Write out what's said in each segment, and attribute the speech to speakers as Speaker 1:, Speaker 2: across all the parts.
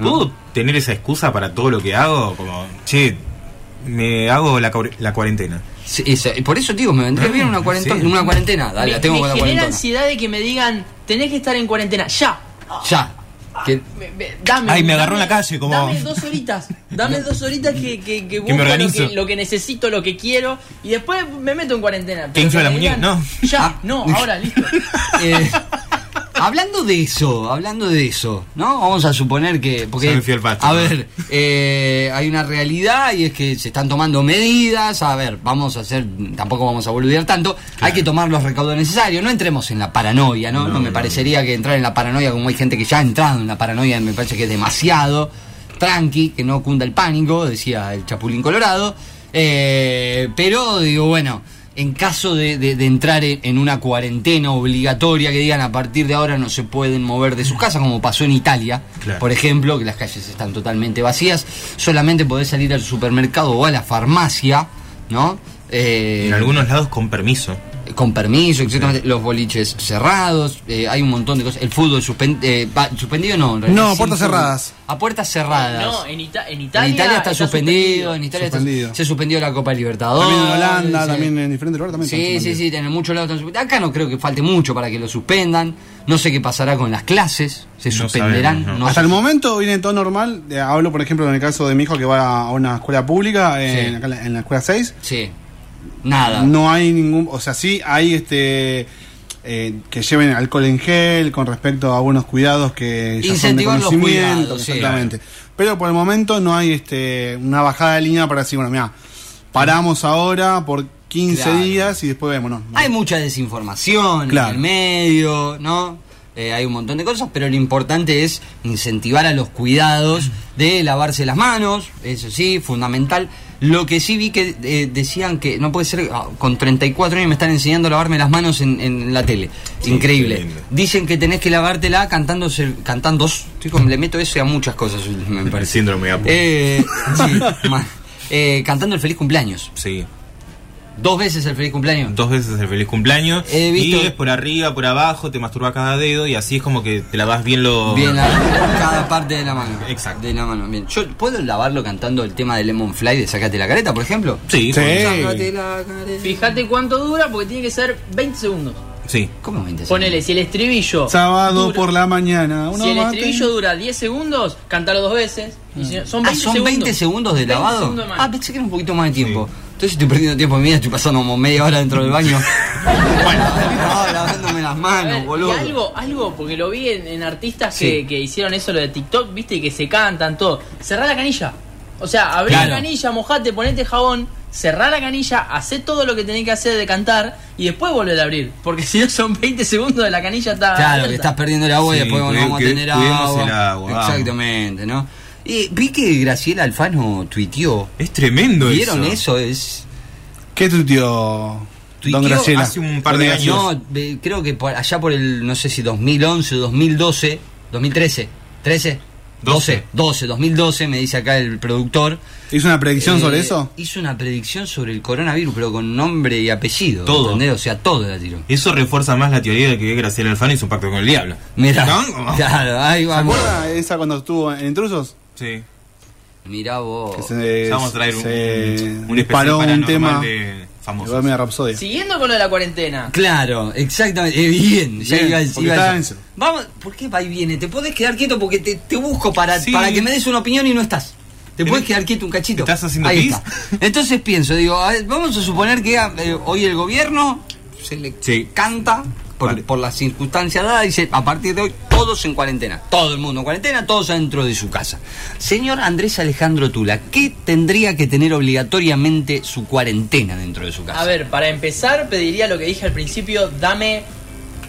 Speaker 1: ¿Puedo tener esa excusa para todo lo que hago? Como, che, me hago la, cau- la cuarentena.
Speaker 2: Sí, esa- y por eso, digo, me vendría
Speaker 1: Ah,
Speaker 2: bien una cuarentena.
Speaker 1: sí.
Speaker 2: Una cuarentena, dale,
Speaker 3: me
Speaker 2: la tengo
Speaker 3: me
Speaker 2: con la
Speaker 3: genera
Speaker 2: cuarentena.
Speaker 3: ansiedad de que me digan, tenés que estar en cuarentena, ya.
Speaker 2: Ya. Que-
Speaker 3: Me- me- dame,
Speaker 1: Ay, me agarró
Speaker 3: dame-
Speaker 1: en la calle, como-
Speaker 3: Dame dos horitas, dame dos horitas que, que, que busco
Speaker 1: organizo.
Speaker 3: Lo, que, lo que necesito, lo que quiero, y después me meto en cuarentena. Pero
Speaker 1: infla la
Speaker 3: me
Speaker 1: muñeca,
Speaker 3: digan,
Speaker 1: ¿no?
Speaker 3: Ya, no, ahora, listo.
Speaker 2: eh, hablando de eso, hablando de eso, ¿no? Vamos a suponer que. Porque,
Speaker 1: Se me fue el pasto,
Speaker 2: a
Speaker 1: ¿no?
Speaker 2: ver, eh, hay una realidad y es que se están tomando medidas. A ver, vamos a hacer. Tampoco vamos a volver tanto. Hay que tomar los recaudos necesarios. No entremos en la paranoia, ¿no? No, me parecería que entrar en la paranoia, como hay gente que ya ha entrado en la paranoia, me parece que es demasiado. Tranqui, que no cunda el pánico, decía el Chapulín Colorado. Eh, pero, digo, bueno. En caso de, de- de entrar en en una cuarentena obligatoria que digan a partir de ahora no se pueden mover de sus casas, como pasó en Italia,
Speaker 1: Claro.
Speaker 2: por ejemplo, que las calles están totalmente vacías, solamente podés salir al supermercado o a la farmacia, ¿no? Eh,
Speaker 1: En algunos lados con permiso.
Speaker 2: Con permiso, exactamente, los boliches cerrados, eh, hay un montón de cosas. El fútbol suspen- eh, va- suspendido, no. en realidad,
Speaker 4: No,
Speaker 2: sin
Speaker 4: puertas
Speaker 2: fútbol.
Speaker 4: cerradas.
Speaker 2: A puertas cerradas.
Speaker 3: No, en, Ita- en Italia.
Speaker 2: Italia, Ah, en Italia está, suspendido, en Italia está-
Speaker 4: Suspendido.
Speaker 2: se suspendió la Copa Libertadores.
Speaker 4: También en Holanda,
Speaker 2: eh,
Speaker 4: también en diferentes lugares. También
Speaker 2: Sí, sí, sí, en muchos lados están suspendidos. Acá no creo que falte mucho para que lo suspendan. No sé qué pasará con las clases. Se
Speaker 1: No
Speaker 2: suspenderán.
Speaker 1: sabemos,
Speaker 2: no
Speaker 1: no.
Speaker 4: Hasta
Speaker 2: sé.
Speaker 4: el momento viene todo normal. Eh, Hablo, por ejemplo, en el caso de mi hijo que va a una escuela pública, eh, en,
Speaker 2: Sí.
Speaker 4: acá en la- en la escuela 6.
Speaker 2: Sí. Nada.
Speaker 4: No hay ningún. O sea, sí hay este. eh, que lleven alcohol en gel con respecto a algunos cuidados que ya son de
Speaker 2: Incentivar los
Speaker 4: conocimiento,
Speaker 2: cuidados, sí.
Speaker 4: exactamente. Pero por el momento no hay este una bajada de línea para decir, bueno, mira, paramos ahora por 15
Speaker 2: Claro.
Speaker 4: días y después vemos, no. no.
Speaker 2: Hay mucha desinformación
Speaker 4: Claro.
Speaker 2: en el medio, ¿no? Eh, hay un montón de cosas, pero lo importante es incentivar a los cuidados de lavarse las manos, eso sí, fundamental. Lo que sí vi que eh, decían que no puede ser, ah, con 34 años me están enseñando a lavarme las manos en, en la tele.
Speaker 1: qué
Speaker 2: Increíble.
Speaker 1: lindo.
Speaker 2: Dicen que tenés que lavártela cantando, cantando, estoy con- le meto eso a muchas cosas, me
Speaker 1: El
Speaker 2: parece.
Speaker 1: síndrome de Apu.
Speaker 2: Eh, sí, ma- eh, cantando el feliz cumpleaños.
Speaker 1: Sí.
Speaker 2: Dos veces el feliz cumpleaños.
Speaker 1: Dos veces el feliz cumpleaños.
Speaker 2: He visto-
Speaker 1: Y es por arriba, por abajo, te masturba cada dedo y así es como que te lavas bien los.
Speaker 2: Bien, la- cada parte de la mano.
Speaker 1: Oh. Exacto.
Speaker 2: De la mano, bien. Yo puedo lavarlo cantando el tema de Lemon Fly de Sácate la careta, por ejemplo.
Speaker 1: Sí,
Speaker 4: Sí.
Speaker 1: con-
Speaker 2: Sácate la careta.
Speaker 3: Fíjate cuánto dura porque tiene que ser 20 segundos.
Speaker 1: sí.
Speaker 2: ¿Cómo me interesa?
Speaker 3: Ponele, si el estribillo.
Speaker 4: Sábado
Speaker 3: dura-
Speaker 4: por la mañana. Uno
Speaker 3: Si el
Speaker 4: mate.
Speaker 3: estribillo dura 10 segundos, cantalo dos veces. y si no- son 20
Speaker 2: Ah, son 20 segundos de
Speaker 3: 20
Speaker 2: lavado.
Speaker 3: segundos más.
Speaker 2: ah, pensé que era un poquito más de tiempo. Entonces estoy perdiendo tiempo en mi vida, estoy pasando como media hora dentro del baño. bueno, Ah, no, lavándome las
Speaker 3: A ver,
Speaker 2: manos,
Speaker 3: y
Speaker 2: boludo.
Speaker 3: algo, algo, porque lo vi en, en artistas
Speaker 2: Sí.
Speaker 3: que, que hicieron eso, lo de TikTok, viste, que se cantan todo. Cerrá la canilla. O sea, abrí
Speaker 2: Claro.
Speaker 3: la canilla, mojate, ponete jabón, cerrá la canilla, hacé todo lo que tenés que hacer de cantar y después volver a abrir. Porque si no son 20 segundos de la canilla está.
Speaker 2: Claro,
Speaker 3: abierta.
Speaker 2: que estás perdiendo el agua y
Speaker 1: Sí,
Speaker 2: después no
Speaker 1: cuide-
Speaker 2: vamos a
Speaker 1: cuide-
Speaker 2: tener
Speaker 1: cuidemos
Speaker 2: agua.
Speaker 1: el agua, vamos.
Speaker 2: Exactamente, ¿no? Y vi que Graciela Alfano tuiteó.
Speaker 1: Es tremendo
Speaker 2: ¿Vieron
Speaker 1: eso.
Speaker 2: eso? Es.
Speaker 4: ¿Qué tu tío?
Speaker 2: Tuiteó
Speaker 4: Don Graciela.
Speaker 1: hace un par de
Speaker 4: Don
Speaker 1: años.
Speaker 4: Graciela.
Speaker 2: No, eh, creo que por allá por el, no sé si 2011, 2012, 2013, 13, 12, 12, 2012, me dice acá el productor.
Speaker 4: ¿Hizo una predicción
Speaker 2: Eh,
Speaker 4: sobre eso?
Speaker 2: Hizo una predicción sobre el coronavirus, pero con nombre y apellido.
Speaker 1: Todo.
Speaker 2: ¿entendés? O sea, todo la tiró.
Speaker 1: Eso refuerza más la teoría de que Graciela Alfano hizo un pacto con el diablo.
Speaker 2: Mirá,
Speaker 1: ¿No?
Speaker 2: claro, ahí
Speaker 4: ¿Se
Speaker 2: vamos.
Speaker 4: acuerda esa cuando estuvo en Intrusos?
Speaker 1: Sí.
Speaker 2: Mirá vos.
Speaker 4: Que se,
Speaker 1: Oh, Ya vamos a traer un,
Speaker 4: se
Speaker 1: un,
Speaker 4: eh, disparó
Speaker 1: especial
Speaker 4: un
Speaker 1: paranormal
Speaker 4: tema
Speaker 1: de
Speaker 4: de
Speaker 1: famosos.
Speaker 4: Bohemia Rhapsody.
Speaker 3: Siguiendo con lo de la cuarentena.
Speaker 2: Claro, exactamente. eh, bien, ya
Speaker 4: Bien,
Speaker 2: iba, a decir-
Speaker 4: porque
Speaker 2: iba a
Speaker 4: estaba
Speaker 2: decir.
Speaker 4: en eso.
Speaker 2: Vamos, ¿por qué va y viene? Te podés quedar quieto porque te, te busco para,
Speaker 1: Sí.
Speaker 2: para que me des una opinión y no estás. Te
Speaker 1: Tenés-
Speaker 2: puedes quedar quieto un cachito.
Speaker 1: ¿Estás haciendo
Speaker 2: Ahí
Speaker 1: pis?
Speaker 2: está. Entonces pienso, digo, a ver, vamos a suponer que eh, hoy el gobierno se le
Speaker 1: Sí.
Speaker 2: canta por,
Speaker 1: Vale.
Speaker 2: por las circunstancias dadas y dice, a partir de hoy todos en cuarentena, todo el mundo en cuarentena, todos adentro de su casa. Señor Andrés Alejandro Tula, ¿qué tendría que tener obligatoriamente su cuarentena dentro de su casa?
Speaker 3: A ver, para empezar, pediría lo que dije al principio, dame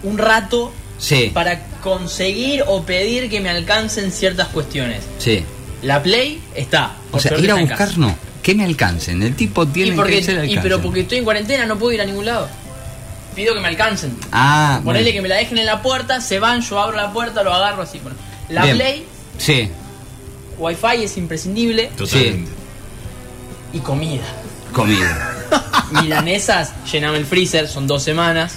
Speaker 3: un rato
Speaker 2: Sí,
Speaker 3: para conseguir o pedir que me alcancen ciertas cuestiones.
Speaker 2: sí.
Speaker 3: La Play está.
Speaker 2: O
Speaker 3: por
Speaker 2: sea,
Speaker 3: suerte
Speaker 2: ir a
Speaker 3: está en casa.
Speaker 2: buscar no. Que me alcancen. El tipo
Speaker 3: Y,
Speaker 2: tiene
Speaker 3: porque,
Speaker 2: que ser
Speaker 3: y pero porque estoy en cuarentena no puedo ir a ningún lado. Pido que me alcancen.
Speaker 2: Ah,
Speaker 3: Ponele que
Speaker 2: bueno.
Speaker 3: me la dejen en la puerta, se van, yo abro la puerta, lo agarro así. Bueno, la
Speaker 2: Bien.
Speaker 3: Play,
Speaker 2: Sí,
Speaker 3: Wi-Fi es imprescindible
Speaker 1: Totalmente.
Speaker 3: y comida.
Speaker 2: comida.
Speaker 3: Milanesas, llename el freezer, son dos semanas.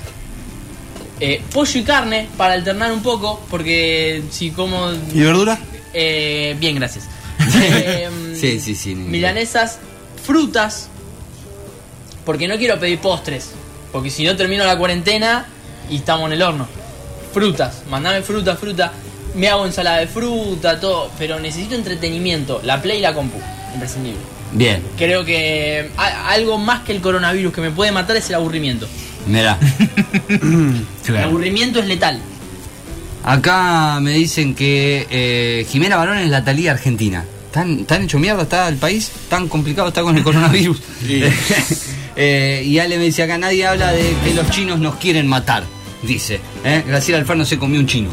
Speaker 3: Eh, pollo y carne para alternar un poco, porque si como
Speaker 4: ¿Y verdura?
Speaker 3: Eh, bien, gracias. Em,
Speaker 2: Sí, sí, sí.
Speaker 3: Milanesas, frutas, porque no quiero pedir postres, porque si no termino la cuarentena y estamos en el horno. Frutas, mandame fruta, fruta. Me hago ensalada de fruta, todo, pero necesito entretenimiento, la play y la compu, imprescindible.
Speaker 2: Bien,
Speaker 3: Creo que a- algo más que el coronavirus que me puede matar es el aburrimiento.
Speaker 2: mirá.
Speaker 3: El aburrimiento es letal.
Speaker 2: Acá me dicen que eh, Jimena Barón es la Talía Argentina. ¿Tan, tan hecho mierda está el país? ¿Tan complicado está con el coronavirus?
Speaker 4: Sí.
Speaker 2: Eh, y Ale me dice acá, nadie habla de que los chinos nos quieren matar, dice. ¿eh? Graciela Alfano se comió un chino.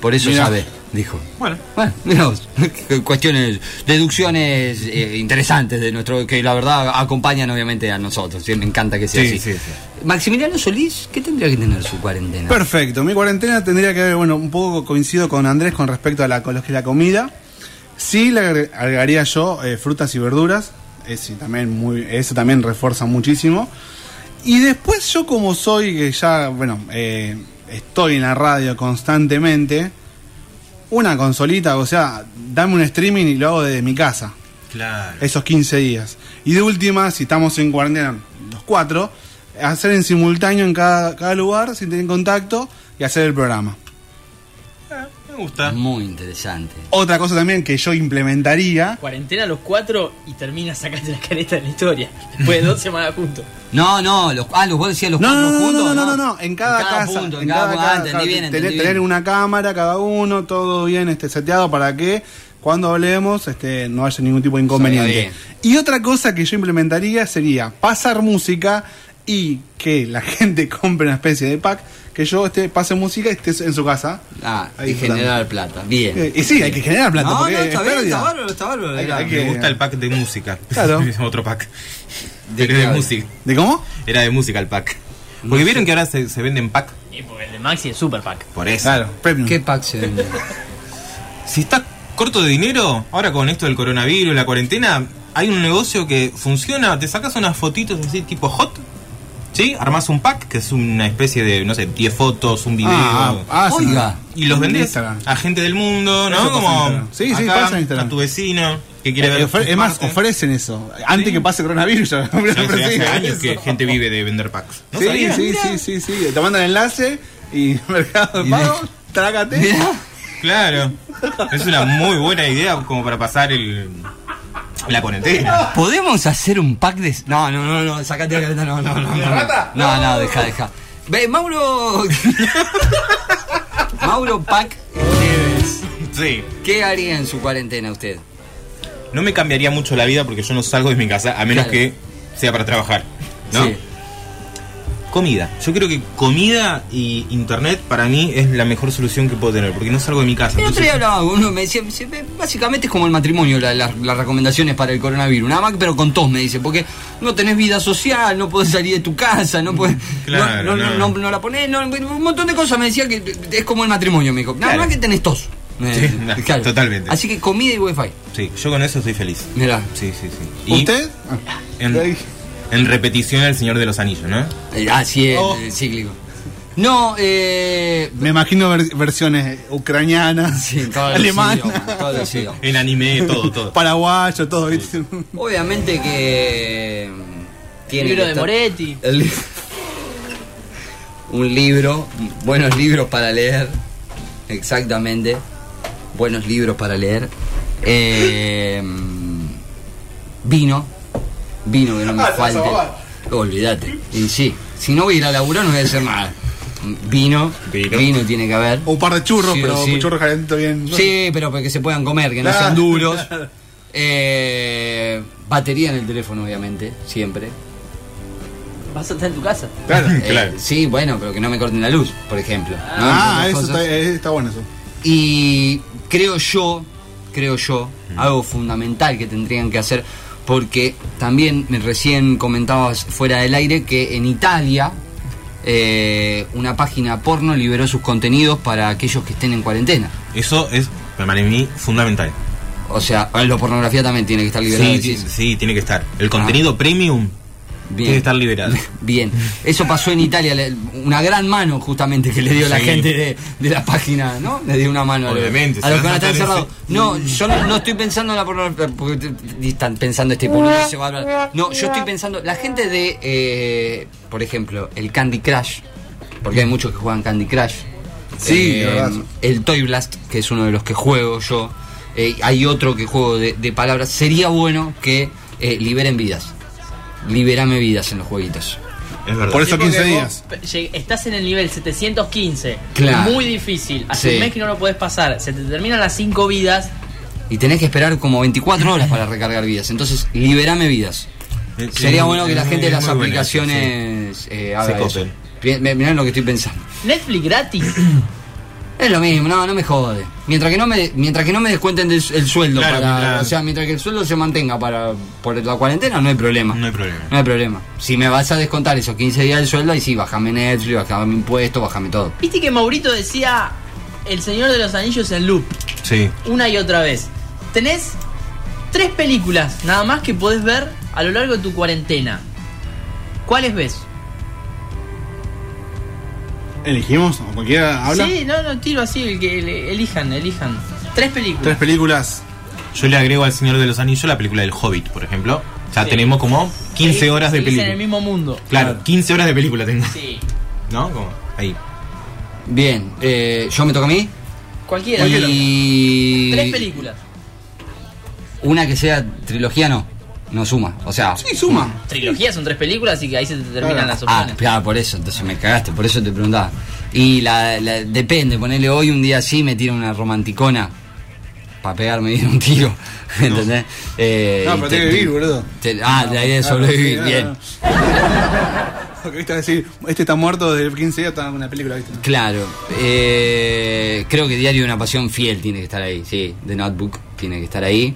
Speaker 2: Por eso
Speaker 4: Mirá.
Speaker 2: sabe, dijo.
Speaker 1: Bueno.
Speaker 2: Bueno, mirá vos, cuestiones, deducciones eh, interesantes de nuestro, que la verdad acompañan obviamente a nosotros. ¿sí? Me encanta que sea
Speaker 1: Sí,
Speaker 2: así.
Speaker 1: sí, sí.
Speaker 2: Maximiliano Solís, ¿qué tendría que tener su cuarentena?
Speaker 4: Perfecto, mi cuarentena tendría que ver, bueno, un poco coincido con Andrés con respecto a la, con los que la comida. Sí le agre- agregaría yo eh, frutas y verduras, eh, sí, también muy, eso también refuerza muchísimo. Y después yo como soy, que ya, bueno, eh, estoy en la radio constantemente, una consolita, o sea, dame un streaming y lo hago desde mi casa
Speaker 1: Claro.
Speaker 4: esos 15 días. Y de última, si estamos en cuarentena los cuatro, hacer en simultáneo en cada, cada lugar, sin tener contacto, y hacer el programa.
Speaker 1: Ah, me
Speaker 4: Mm.
Speaker 1: gusta.
Speaker 2: Muy interesante.
Speaker 4: Otra cosa también que yo implementaría,
Speaker 3: Cuarentena a los cuatro y termina sacando la careta de la historia. Después de dos semanas juntos.
Speaker 2: No, no, los, ah, los, vos decías los
Speaker 4: No,
Speaker 2: cuatro
Speaker 4: no, no,
Speaker 2: juntos.
Speaker 4: no, no, no, no, en cada, casa,
Speaker 2: punto,
Speaker 4: en cada
Speaker 2: punto. Ah,
Speaker 4: casa,
Speaker 2: entendí bien,
Speaker 4: tener,
Speaker 2: entendí
Speaker 4: tener
Speaker 2: bien.
Speaker 4: una cámara cada uno, todo bien este seteado para que cuando hablemos este no haya ningún tipo de inconveniente.
Speaker 2: bien.
Speaker 4: Y otra cosa que yo implementaría sería pasar música y que la gente compre una especie de pack que yo este pase música y estés en su casa.
Speaker 2: Ah,
Speaker 4: ahí
Speaker 2: y
Speaker 4: disfrutando.
Speaker 2: generar plata. Bien.
Speaker 4: Eh, Y sí, hay que generar plata.
Speaker 2: no, no,
Speaker 4: porque
Speaker 2: está
Speaker 4: es
Speaker 2: bien,
Speaker 4: pérdida.
Speaker 2: está bárbaro, está bárbaro.
Speaker 4: Hay-
Speaker 2: era-
Speaker 4: hay que-
Speaker 1: Me gusta el pack de música.
Speaker 4: Claro.
Speaker 1: Es Otro pack.
Speaker 2: ¿De
Speaker 1: Pero
Speaker 2: qué
Speaker 1: de
Speaker 2: habla?
Speaker 1: música.
Speaker 4: ¿De cómo?
Speaker 1: Era de música el pack. Porque vieron que ahora se, se venden pack
Speaker 3: Y porque el de Maxi es super pack.
Speaker 1: por eso.
Speaker 4: Claro, premium.
Speaker 2: ¿Qué pack se vende?
Speaker 1: Si estás corto de dinero, ahora con esto del coronavirus, la cuarentena, hay un negocio que funciona, te sacas unas fotitos así tipo hot, ¿sí? Armas un pack, que es una especie de, no sé, 10 fotos, un video.
Speaker 4: Ah, ah, ah, sí.
Speaker 2: Oiga.
Speaker 1: y los
Speaker 4: En
Speaker 1: vendés
Speaker 4: Instagram.
Speaker 1: a gente del mundo,
Speaker 4: Eso
Speaker 1: ¿no?
Speaker 4: pasa en
Speaker 1: Como
Speaker 4: Instagram. Sí, sí,
Speaker 1: acá,
Speaker 4: pasa en Instagram.
Speaker 1: a tu vecino que quiere
Speaker 4: Eh,
Speaker 1: ver.
Speaker 4: ofre-
Speaker 1: tus
Speaker 4: es más,
Speaker 1: partes.
Speaker 4: ofrecen eso. Antes
Speaker 1: Sí.
Speaker 4: que pase coronavirus, ya lo
Speaker 1: Ya hace- hace
Speaker 4: ofrecían
Speaker 1: años
Speaker 4: eso.
Speaker 1: que gente vive de vender packs. ¿No
Speaker 4: sí,
Speaker 1: sabías?
Speaker 4: sí, sí, sí, sí. Te mandan el enlace y mercado de
Speaker 2: Mirá.
Speaker 4: pago, trágate.
Speaker 2: Mirá.
Speaker 1: Claro. Es una muy buena idea como para pasar el la cuarentena.
Speaker 2: ¿Podemos hacer un pack de.? No, no, no, no, sacate la careta, no, no, no. No, no, no deja, deja. Ve, Mauro. Mauro Pack Neves.
Speaker 1: Sí.
Speaker 2: ¿Qué haría en su cuarentena usted?
Speaker 1: No me cambiaría mucho la vida porque yo no salgo de mi casa a menos
Speaker 2: Claro.
Speaker 1: que sea para trabajar. ¿no?
Speaker 2: Sí.
Speaker 1: Comida. Yo creo que comida y internet para mí es la mejor solución que puedo tener porque no salgo de mi casa.
Speaker 2: El otro
Speaker 1: entonces-
Speaker 2: día hablaba con uno, me decía, me dice, básicamente es como el matrimonio, la- la- las recomendaciones para el coronavirus, nada más, pero con tos, me dice, porque no tenés vida social, no podés salir de tu casa, no podés,
Speaker 1: Claro,
Speaker 2: no, no, no,
Speaker 1: no.
Speaker 2: no- no la ponés, no- un montón de cosas, me decía que es como el matrimonio, me dijo, nada
Speaker 1: Claro.
Speaker 2: más que tenés tos. Me
Speaker 1: Sí,
Speaker 2: decía,
Speaker 1: no, totalmente.
Speaker 2: Así que comida y wifi,
Speaker 1: Sí, yo con eso estoy feliz.
Speaker 2: mirá,
Speaker 1: Sí, sí, sí. Y
Speaker 4: ¿Usted?
Speaker 1: En, en repetición El Señor de los Anillos, ¿no?
Speaker 2: Eh, así es,
Speaker 4: Oh.
Speaker 2: eh, cíclico. No, eh...
Speaker 4: Me imagino ver- versiones ucranianas,
Speaker 2: Sí, todos los
Speaker 4: alemanas,
Speaker 2: idiomas, todos los idiomas.
Speaker 1: En anime, todo, todo.
Speaker 4: paraguayo, todo. ¿viste?
Speaker 2: Obviamente que... mm,
Speaker 3: El
Speaker 2: tiene
Speaker 3: libro
Speaker 2: que
Speaker 3: de
Speaker 2: estar-
Speaker 3: Moretti.
Speaker 2: El li- un libro, buenos libros para leer, exactamente, buenos libros para leer. Eh, mm, vino, vino que no me
Speaker 4: Ah, te vas a
Speaker 2: falte.
Speaker 4: ahogar.
Speaker 2: Olvídate, y sí, si no voy a ir a laburar no voy a hacer nada. Vino, vino,
Speaker 1: Vino.
Speaker 2: tiene que haber.
Speaker 4: O un par de churros,
Speaker 2: Sí,
Speaker 4: pero
Speaker 2: sí.
Speaker 4: churros calentitos bien.
Speaker 2: Sí, pero para que se puedan comer, que no
Speaker 4: Claro.
Speaker 2: sean duros. Eh, batería en el teléfono, obviamente, siempre.
Speaker 3: Vas a estar en tu casa.
Speaker 4: Claro.
Speaker 2: Eh,
Speaker 1: Claro.
Speaker 2: sí, bueno, pero que no me corten la luz, por ejemplo. ¿no?
Speaker 4: Ah,
Speaker 2: Esas
Speaker 4: eso
Speaker 2: cosas.
Speaker 4: está, eh, está bueno eso.
Speaker 2: Y creo yo, creo yo, algo fundamental que tendrían que hacer, porque también me- recién comentabas fuera del aire que en Italia eh, una página porno liberó sus contenidos para aquellos que estén en cuarentena.
Speaker 1: Eso es, para mí, fundamental.
Speaker 2: O sea, la pornografía también tiene que estar liberada.
Speaker 1: Sí, ti-
Speaker 2: decís.
Speaker 1: sí, tiene que estar. El contenido premium
Speaker 2: Ah. Bien.
Speaker 1: Tiene que estar liberado.
Speaker 2: Bien, eso pasó en Italia, le- una gran mano justamente que le dio la
Speaker 1: Sí.
Speaker 2: gente de, de la página, ¿no? Le dio una mano a los-
Speaker 1: Obviamente,
Speaker 2: a
Speaker 1: se
Speaker 2: los que
Speaker 1: van
Speaker 2: van
Speaker 1: a
Speaker 2: a estar
Speaker 1: estar
Speaker 2: encerrados. No, yo no, no estoy pensando en la pornografía, porque te- te- están pensando este político se va a hablar. No, yo estoy pensando, la gente de, eh, por ejemplo, el Candy Crush, porque hay muchos que juegan Candy Crush. Eh,
Speaker 4: Sí, de verdad.
Speaker 2: El Toy Blast, que es uno de los que juego yo. Eh, hay otro que juego de, de palabras. Sería bueno que eh, liberen vidas. Liberame vidas en los jueguitos.
Speaker 1: Es verdad.
Speaker 4: Por eso
Speaker 3: Sí, porque
Speaker 4: 15
Speaker 3: vos
Speaker 4: días.
Speaker 3: pe- lleg- Estás en el nivel 715.
Speaker 2: Claro.
Speaker 3: Muy difícil. Hace
Speaker 2: Sí.
Speaker 3: un mes que no lo podés pasar. Se te terminan las 5 vidas.
Speaker 2: Y tenés que esperar como 24 horas para recargar vidas. Entonces, liberame vidas.
Speaker 1: Eh, sí,
Speaker 2: Sería bueno que la
Speaker 1: es
Speaker 2: gente de
Speaker 1: muy-
Speaker 2: las
Speaker 1: muy buena esa,
Speaker 2: aplicaciones eh, haga
Speaker 1: Se
Speaker 2: eso.
Speaker 1: copen.
Speaker 2: Pi- me- Mirá lo que estoy pensando.
Speaker 3: Netflix gratis.
Speaker 2: Es lo mismo, no, no me jode. Mientras que no me, mientras que no me descuenten del- el sueldo,
Speaker 1: Claro,
Speaker 2: para-
Speaker 1: mientras-
Speaker 2: o sea, mientras que el sueldo se mantenga para por la cuarentena, no hay problema.
Speaker 1: sí. No hay problema.
Speaker 2: No hay problema. Si me vas a descontar esos 15 días del sueldo, ahí sí, bajame Netflix, bajame impuestos, bajame todo.
Speaker 3: Viste que Maurito decía El Señor de los Anillos en loop,
Speaker 1: Sí.
Speaker 3: una y otra vez. Tenés tres películas nada más que podés ver a lo largo de tu cuarentena. ¿Cuáles ves?
Speaker 4: ¿Elegimos? ¿O cualquiera habla?
Speaker 3: Sí, no, no, tiro así, el que el- elijan, elijan. Tres películas.
Speaker 4: Tres películas.
Speaker 1: Yo le agrego al Señor de los Anillos la película del Hobbit, por ejemplo. Ya
Speaker 3: Sí.
Speaker 1: tenemos como 15
Speaker 3: Seguís-
Speaker 1: horas de
Speaker 3: seguís
Speaker 1: película.
Speaker 3: en el mismo mundo.
Speaker 1: Claro, 15 horas de película tengo.
Speaker 3: Sí.
Speaker 1: ¿No? Como ahí.
Speaker 2: Bien, eh, yo me toca a mí.
Speaker 3: Cualquiera.
Speaker 2: Y.
Speaker 3: Tres películas.
Speaker 2: Una que sea trilogía no, no suma. O sea.
Speaker 4: Sí, suma.
Speaker 3: Trilogía son tres películas, así que ahí se te terminan
Speaker 4: Claro.
Speaker 3: las
Speaker 2: Ah,
Speaker 3: opciones.
Speaker 2: claro, por eso, entonces me cagaste, por eso te preguntaba. Y la, la- depende, ponele hoy un día así, me tiro una romanticona para pegarme bien un tiro. ¿Entendés? Eh, y
Speaker 4: No, pero
Speaker 2: te-
Speaker 4: tiene que vivir, boludo.
Speaker 2: te- ah, la idea es sobrevivir,
Speaker 4: Claro, sí,
Speaker 2: bien.
Speaker 4: no, no. Porque viste a decir, este está muerto desde 15 días, está en una película, viste.
Speaker 2: Claro, eh, creo que Diario de una Pasión Fiel tiene que estar ahí, sí, The Notebook tiene que estar ahí.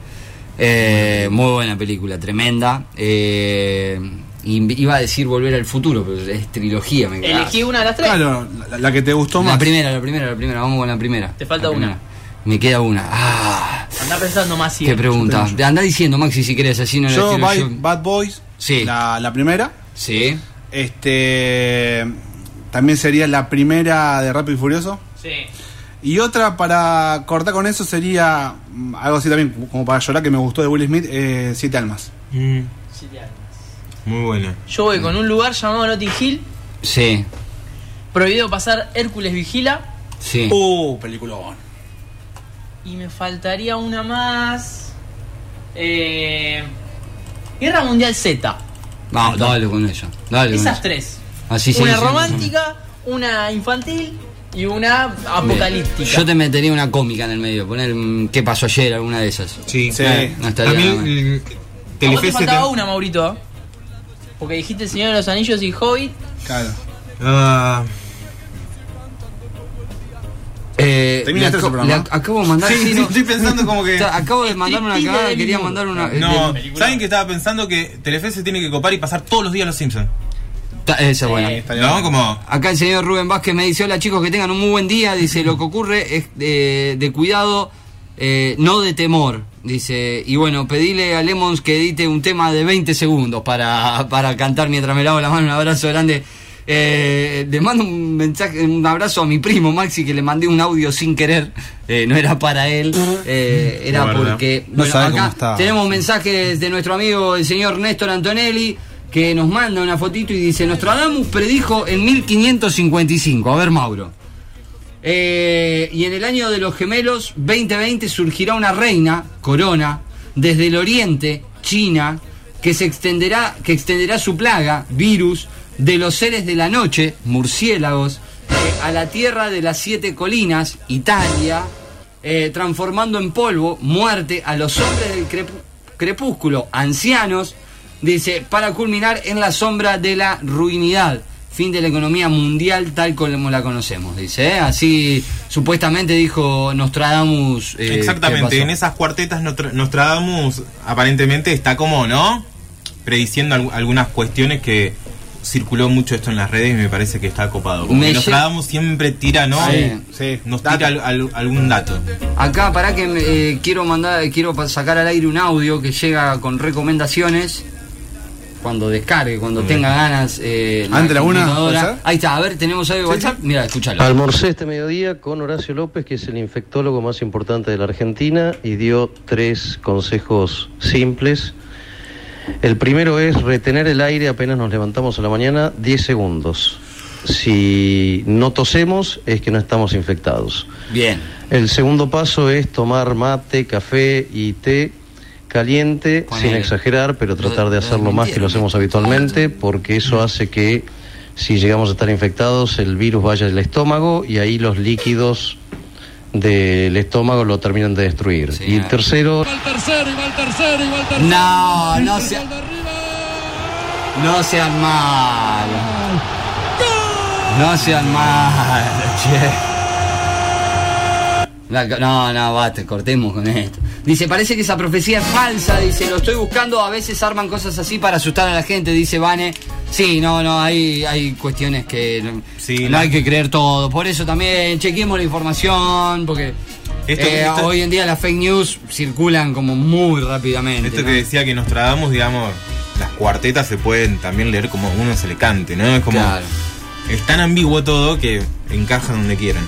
Speaker 2: Eh, muy buena película, tremenda. Eh, y- iba a decir Volver al Futuro, pero es trilogía, me cagaste.
Speaker 3: Elegí una de las tres.
Speaker 4: Claro, la, la que te gustó
Speaker 2: La
Speaker 4: más.
Speaker 2: primera, la primera, la primera, vamos con la primera.
Speaker 3: Te falta
Speaker 2: La
Speaker 3: una.
Speaker 2: primera. Me queda una. Ah,
Speaker 3: Andá pensando más
Speaker 2: qué
Speaker 3: siempre.
Speaker 2: pregunta. Andá diciendo, Maxi, si querés, así no la
Speaker 4: Yo,
Speaker 2: tiro
Speaker 4: Bad,
Speaker 2: yo.
Speaker 4: Bad Boys,
Speaker 2: Sí.
Speaker 4: la, la primera.
Speaker 2: Sí.
Speaker 4: Este. También sería la primera de Rápido y Furioso.
Speaker 3: Sí.
Speaker 4: Y otra para cortar con eso sería mm, algo así también, como para llorar, que me gustó de Will Smith, eh, Siete Almas.
Speaker 1: Mm,
Speaker 3: Sí, te hago.
Speaker 1: muy buena.
Speaker 3: Yo voy con un lugar llamado Notting Hill,
Speaker 2: Sí.
Speaker 3: prohibido pasar Hércules Vigila,
Speaker 2: Sí.
Speaker 4: Uh, peliculón.
Speaker 3: y me faltaría una más. Eh, Guerra Mundial Z.
Speaker 2: Vamos, dale con eso. Dale con
Speaker 3: Esas
Speaker 2: eso.
Speaker 3: tres.
Speaker 2: Así sí,
Speaker 3: una
Speaker 2: sí, sí,
Speaker 3: romántica, una infantil y una
Speaker 2: Bien.
Speaker 3: apocalíptica.
Speaker 2: Yo te metería una cómica en el medio. Poner mm, qué pasó ayer, alguna de esas.
Speaker 1: Sí.
Speaker 4: Sí.
Speaker 2: No
Speaker 1: A
Speaker 2: estaría
Speaker 1: mí,
Speaker 2: nada mal.
Speaker 1: el-
Speaker 3: A vos te
Speaker 1: Telefe se
Speaker 3: faltaba
Speaker 1: te-
Speaker 3: una, Maurito. ¿eh? Porque dijiste El Señor de los Anillos y Hobbit.
Speaker 4: Claro.
Speaker 1: Ah,
Speaker 2: Eh,
Speaker 4: ¿Terminaste
Speaker 2: le
Speaker 4: ese
Speaker 2: aco-
Speaker 4: programa?
Speaker 2: le ac- acabo de mandar.
Speaker 1: este Sí,
Speaker 2: sí,
Speaker 1: sí,
Speaker 2: no.
Speaker 1: estoy pensando como que-
Speaker 2: O sea, Acabo de mandar una
Speaker 3: Striptease
Speaker 2: cagada.
Speaker 3: de
Speaker 2: Quería
Speaker 3: Demi
Speaker 2: mandar una.
Speaker 1: no,
Speaker 2: eh,
Speaker 1: ¿saben que estaba pensando que Telefe se tiene que copar y pasar todos los días los Simpsons?
Speaker 2: ta- Esa es buena.
Speaker 3: Eh,
Speaker 1: ¿No? Como.
Speaker 2: Acá el señor Rubén Vázquez me dice, hola chicos, que tengan un muy buen día. Dice, lo que ocurre es de, de cuidado, eh, no de temor. Dice, y bueno, pedile a Lemons que edite un tema de 20 segundos para, para cantar mientras me lavo la mano. Un abrazo grande. Eh, le mando un mensaje, un abrazo a mi primo Maxi, que le mandé un audio sin querer. Eh, no era para él, eh, era
Speaker 1: La verdad.
Speaker 2: porque...
Speaker 4: No sabe cómo está.
Speaker 2: tenemos tenemos mensajes de nuestro amigo el señor Néstor Antonelli que nos manda una fotito y dice Nostradamus predijo en 1555. A ver, Mauro. Eh, y en el año de los gemelos 2020 surgirá una reina, corona, desde el oriente, China, que se extenderá, que extenderá su plaga, virus, de los seres de la noche, murciélagos, eh, a la tierra de las siete colinas, Italia, eh, transformando en polvo, muerte a los hombres del crepu- crepúsculo, ancianos, dice, para culminar en la sombra de la ruinidad. Fin de la economía mundial tal como la conocemos, dice. ¿eh? Así supuestamente dijo Nostradamus. eh, que
Speaker 1: Exactamente,
Speaker 2: pasó.
Speaker 1: en esas cuartetas Nostra- Nostradamus aparentemente está como, ¿no? Prediciendo al- algunas cuestiones que circuló mucho esto en las redes y me parece que está copado. Como
Speaker 2: Me
Speaker 1: que
Speaker 2: lle-
Speaker 1: Nostradamus siempre tira, ¿no?
Speaker 2: Sí,
Speaker 4: sí.
Speaker 1: Nos tira al- al- algún dato.
Speaker 2: Acá, para que me- eh, quiero mandar, quiero pa- sacar al aire un audio que llega con recomendaciones. cuando descargue, cuando tenga ganas. eh,
Speaker 4: Ante la una,
Speaker 2: computadora.
Speaker 4: ¿puede ser?
Speaker 2: Ahí está, a ver, tenemos algo de
Speaker 4: Sí,
Speaker 2: WhatsApp. Mira, escúchalo.
Speaker 5: Almorcé este mediodía con Horacio López, que es el infectólogo más importante de la Argentina, y dio tres consejos simples. El primero es retener el aire apenas nos levantamos a la mañana 10 segundos. Si no tosemos es que no estamos infectados.
Speaker 2: Bien.
Speaker 5: El segundo paso es tomar mate, café y té caliente,
Speaker 2: Ponele.
Speaker 5: sin exagerar, pero tratar de
Speaker 2: Lo- lo
Speaker 5: hacerlo más que lo
Speaker 2: desmintieron.
Speaker 5: hacemos habitualmente, porque eso hace que si llegamos a estar infectados, el virus vaya al estómago y ahí los líquidos del estómago lo terminan de destruir.
Speaker 2: Sí,
Speaker 5: y el
Speaker 2: ah.
Speaker 5: tercero...
Speaker 2: No, no se. No sean malos. No sean malos, che. La- No, no, basta, cortemos con esto. Dice, parece que esa profecía es falsa, dice, lo estoy buscando, a veces arman cosas así para asustar a la gente, dice Vane. Sí, no, no, hay, hay cuestiones que no,
Speaker 1: Sí,
Speaker 2: no
Speaker 1: la-
Speaker 2: hay que creer todo. Por eso también chequeemos la información, porque
Speaker 1: Esto-
Speaker 2: eh,
Speaker 1: esto-
Speaker 2: hoy en día las fake news circulan como muy rápidamente.
Speaker 1: Esto
Speaker 2: ¿no?
Speaker 1: que decía que nos tragamos, digamos, las cuartetas se pueden también leer como uno se le cante, ¿no? Es como.
Speaker 2: Claro.
Speaker 1: Es tan ambiguo todo que encaja donde quieran.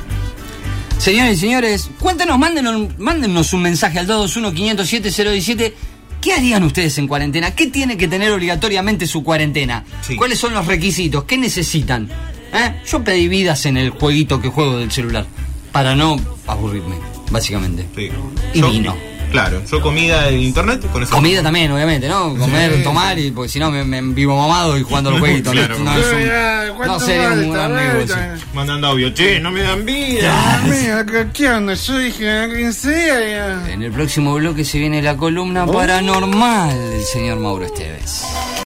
Speaker 2: Señores y señores, cuéntenos, mándenos, mándenos un mensaje al 221-507-017. ¿Qué harían ustedes en cuarentena? ¿Qué tiene que tener obligatoriamente su cuarentena?
Speaker 1: Sí.
Speaker 2: ¿Cuáles son los requisitos? ¿Qué necesitan? ¿Eh? Yo pedí vidas en el jueguito que juego del celular para no aburrirme, básicamente.
Speaker 1: Sí.
Speaker 2: Y vino.
Speaker 1: Claro, yo comida de internet con eso.
Speaker 2: Comida también, obviamente, ¿no? Comer, tomar, y porque si no me, me vivo mamado y jugando al jueguito.
Speaker 1: Claro.
Speaker 2: ¿no? No, Ah, es un- no sería un gran negocio.
Speaker 1: Mandando audio, che, no me dan vida.
Speaker 4: ¿Qué onda? Yo dije, ¿quién sea?
Speaker 2: En el próximo bloque se viene la columna paranormal del señor Mauro Esteves.